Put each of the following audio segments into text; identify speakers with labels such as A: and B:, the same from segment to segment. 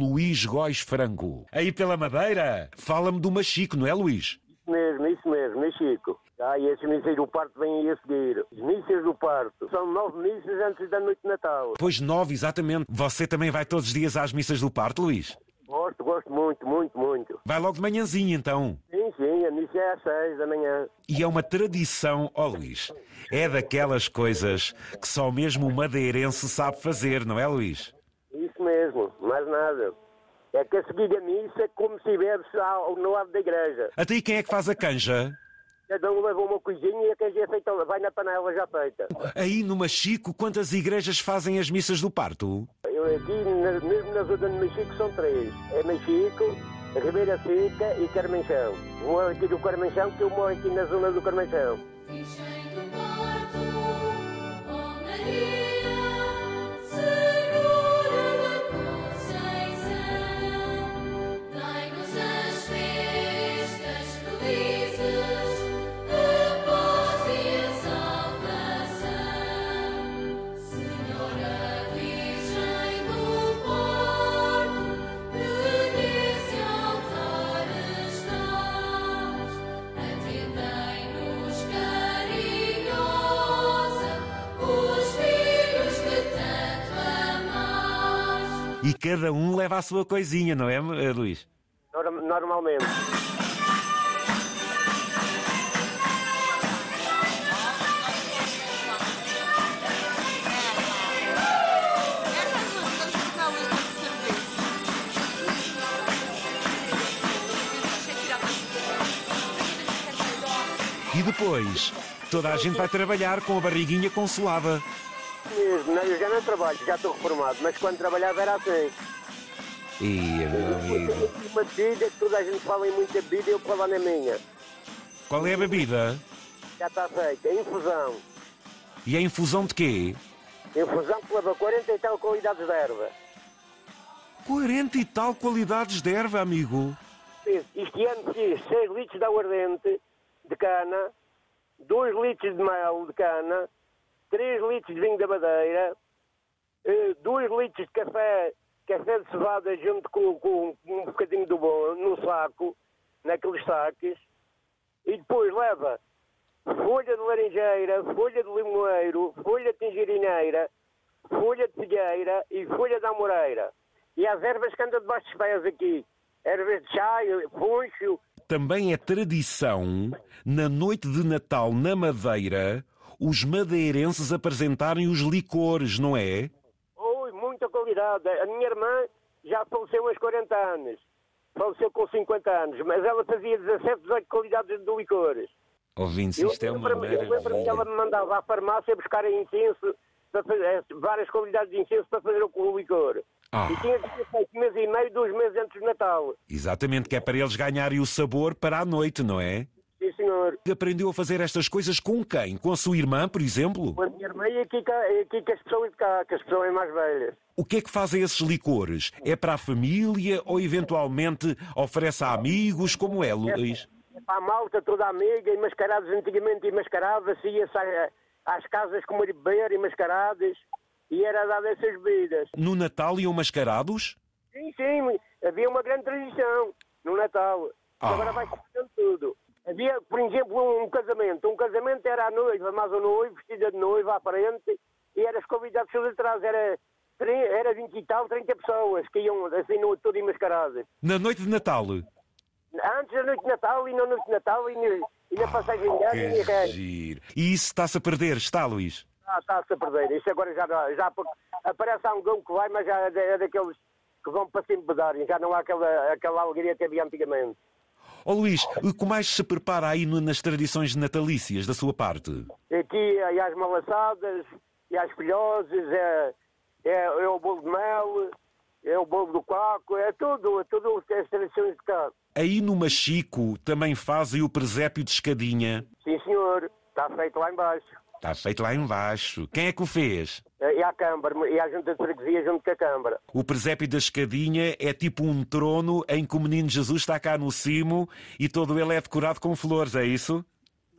A: Luís Góis Franco. Aí pela Madeira, fala-me do Machico, não é, Luís?
B: Isso mesmo, isso mesmo, é Chico. Ah, e esses mísseis do parto vêm a seguir. Os mísseis do parto. São nove mísseis antes da noite de Natal.
A: Pois nove, exatamente. Você também vai todos os dias às missas do parto, Luís?
B: Gosto, gosto muito, muito, muito.
A: Vai logo de manhãzinha, então.
B: Sim, sim, a missa é às seis da manhã.
A: E é uma tradição, ó Luís. É daquelas coisas que só mesmo o madeirense sabe fazer, não é, Luís?
B: Isso mesmo, mais nada. É que a seguir a missa é como se estivesse ao- no lado da igreja.
A: Até aí quem é que faz a canja?
B: Cada um leva uma coisinha e a queijo é feita, vai na panela já feita.
A: Aí no Machico, quantas igrejas fazem as missas do parto?
B: Eu aqui, na- mesmo na zona de Mexico, são três. É Mexico, Ribeira Seca e Carmenchão. Um é aqui do Carmenchão, que eu moro aqui na zona do Carmenchão.
C: Virgem do Porto, ó Maria, Senhora da Conceição, dai-nos as festas felizes, a paz e a salvação. Senhora Virgem do Porto, que nesse altar estás, atendei-nos carinhosa, os filhos que tanto amás.
A: E cada um leva a sua coisinha, não é, eh, Luís?
B: Norm- Normalmente.
A: E depois, toda a gente vai trabalhar com a barriguinha consolada.
B: Mesmo, não, eu já não trabalho, já estou reformado, mas quando trabalhava era assim.
A: Ia, meu amigo.
B: Uma bebida que toda a gente fala em muita bebida e eu falo na minha.
A: Qual é a bebida?
B: Já está feita, infusão.
A: E a infusão de quê?
B: Infusão que leva 40 e tal qualidades de erva.
A: 40 e tal qualidades de erva, amigo.
B: Fiz, Este ano fiz 6 litros de aguardente de cana, 2 litros de mel de cana, 3 litros de vinho da Madeira, 2 litros de café, café de cevada junto com, com um bocadinho do bom, num saco, naqueles saques, e depois leva folha de laranjeira, folha de limoeiro, folha de tangerineira, folha de figueira e folha de amoreira. E as ervas que andam debaixo dos pés aqui. Ervas de chá, funcho.
A: Também é tradição, na noite de Natal, na Madeira, os madeirenses apresentarem os licores, não é?
B: Oi, muita qualidade. A minha irmã já faleceu aos 40 anos. Faleceu com 50 anos, mas ela fazia 17, 18 qualidades de licores.
A: Ouvindo se
B: Eu
A: isto é uma
B: lembro-me- eu lembro-me que
A: maravilha.
B: ela me mandava à farmácia buscar incenso, para fazer, eh, várias qualidades de incenso para fazer o- o licor.
A: Ah.
B: E tinha que ser feito mês e meio, dois meses antes do Natal.
A: Exatamente, que é para eles ganharem o sabor para a noite, não é?
B: Sim, senhor.
A: Aprendeu a fazer estas coisas com quem? Com a sua irmã, por exemplo?
B: Com a minha irmã e aqui, cá- e aqui com as pessoas de cá, que as pessoas mais velhas.
A: O que é que fazem esses licores? É para a família ou eventualmente oferece a amigos? Como é, Luís?
B: Para a malta toda amiga, e mascarados antigamente, e mascarava-se, ia-se a- às casas comer e beber, e mascaradas, e era dada essas bebidas.
A: No Natal iam mascarados?
B: Sim, sim, havia uma grande tradição no Natal.
A: Ah.
B: Agora vai-se fazendo tudo. Havia, por exemplo, um casamento. Um casamento era a noiva, mas o noivo, vestida de noiva à frente, e eram os convidados todos atrás. Era, tre- era 20 e tal, 30 pessoas que iam assim no todo mascaradas.
A: Na noite de Natal?
B: Antes da noite de Natal, e na noite de Natal, e, na- e na passagem de ano, e
A: Que
B: resto.
A: giro. E isso está-se a perder, está, Luís?
B: Ah, está-se a perder. Isso agora já, dá- já por- aparece há um gão que vai, mas já é, da- é daqueles que vão para sempre bedarem. Já não há aquela, aquela alegria que havia antigamente.
A: Ó Oh, Luís, o que mais se prepara aí no- nas tradições natalícias da sua parte?
B: Aqui é, e às malaçadas, e às filhoses, é, é, é o bolo de mel, é o bolo do caco, é tudo, é tudo as tradições de cá.
A: Aí no Machico também fazem o presépio de escadinha.
B: Sim, senhor, está feito lá embaixo.
A: Está feito lá embaixo. Quem é que o fez?
B: E à Câmara, e à Junta de Freguesia junto com a Câmara.
A: O presépio da escadinha é tipo um trono em que o menino Jesus está cá no cimo e todo ele é decorado com flores, é isso?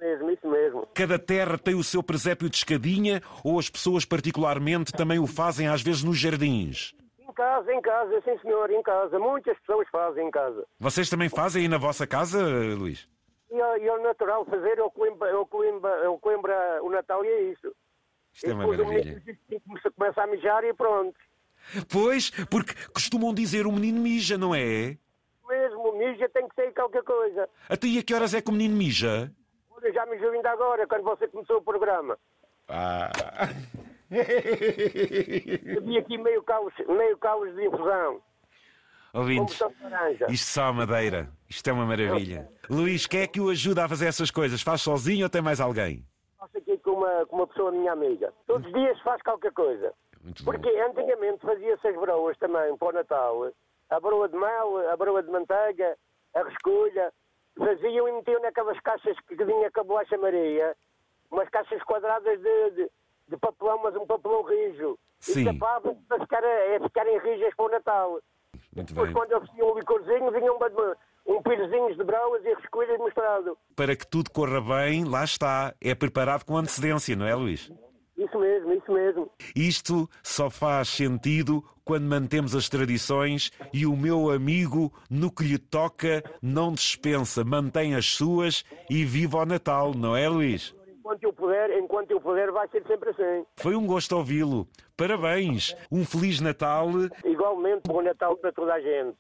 B: Mesmo, isso mesmo.
A: Cada terra tem o seu presépio de escadinha ou as pessoas particularmente também o fazem às vezes nos jardins?
B: Sim, de casa em casa, sim senhor, em casa. Muitas pessoas fazem em casa.
A: Vocês também fazem aí na vossa casa, Luís?
B: E ao- e ao natural fazer, eu Coimbra, eu Coimbra, eu Coimbra o Natal e é isso.
A: Isto é uma
B: Depois o
A: maravilha.
B: menino Começa começa a mijar e pronto.
A: Pois, porque costumam dizer o menino mija, não é?
B: Mesmo, o mija tem que sair qualquer coisa.
A: Até e a que horas é que o menino mija?
B: Olha, já mijou ainda agora, quando você começou o programa. Havia aqui meio caos, meio caos de infusão. Como
A: Ouvintes,
B: são de laranja.
A: isto só a madeira. Isto é uma maravilha. Luís, quem é que o ajuda a fazer essas coisas? Faz sozinho ou tem mais alguém?
B: Faço aqui com uma, com uma pessoa minha amiga. Todos os dias faz qualquer coisa.
A: Muito bom.
B: Porque antigamente fazia-se as broas também para o Natal. A broa de mel, a broa de manteiga, a rescolha. Faziam e metiam naquelas caixas que vinha com a bolacha Maria. Umas caixas quadradas de, de, de papelão, mas um papelão rijo.
A: Sim.
B: E tapavam para ficar, a- a ficarem rijas para o Natal.
A: Muito
B: Depois,
A: bem.
B: quando eles tinham um licorzinho, vinham uma, uma- um pirezinho de broas e rescolhas mostrado.
A: Para que tudo corra bem, lá está. É preparado com antecedência, não é, Luís?
B: Isso mesmo, isso mesmo.
A: Isto só faz sentido quando mantemos as tradições e o meu amigo, no que lhe toca, não dispensa, mantém as suas e viva o Natal, não é, Luís?
B: Enquanto eu puder, enquanto eu puder, vai ser sempre assim.
A: Foi um gosto ouvi-lo. Parabéns! Um Feliz Natal
B: Igualmente, bom Natal para toda a gente.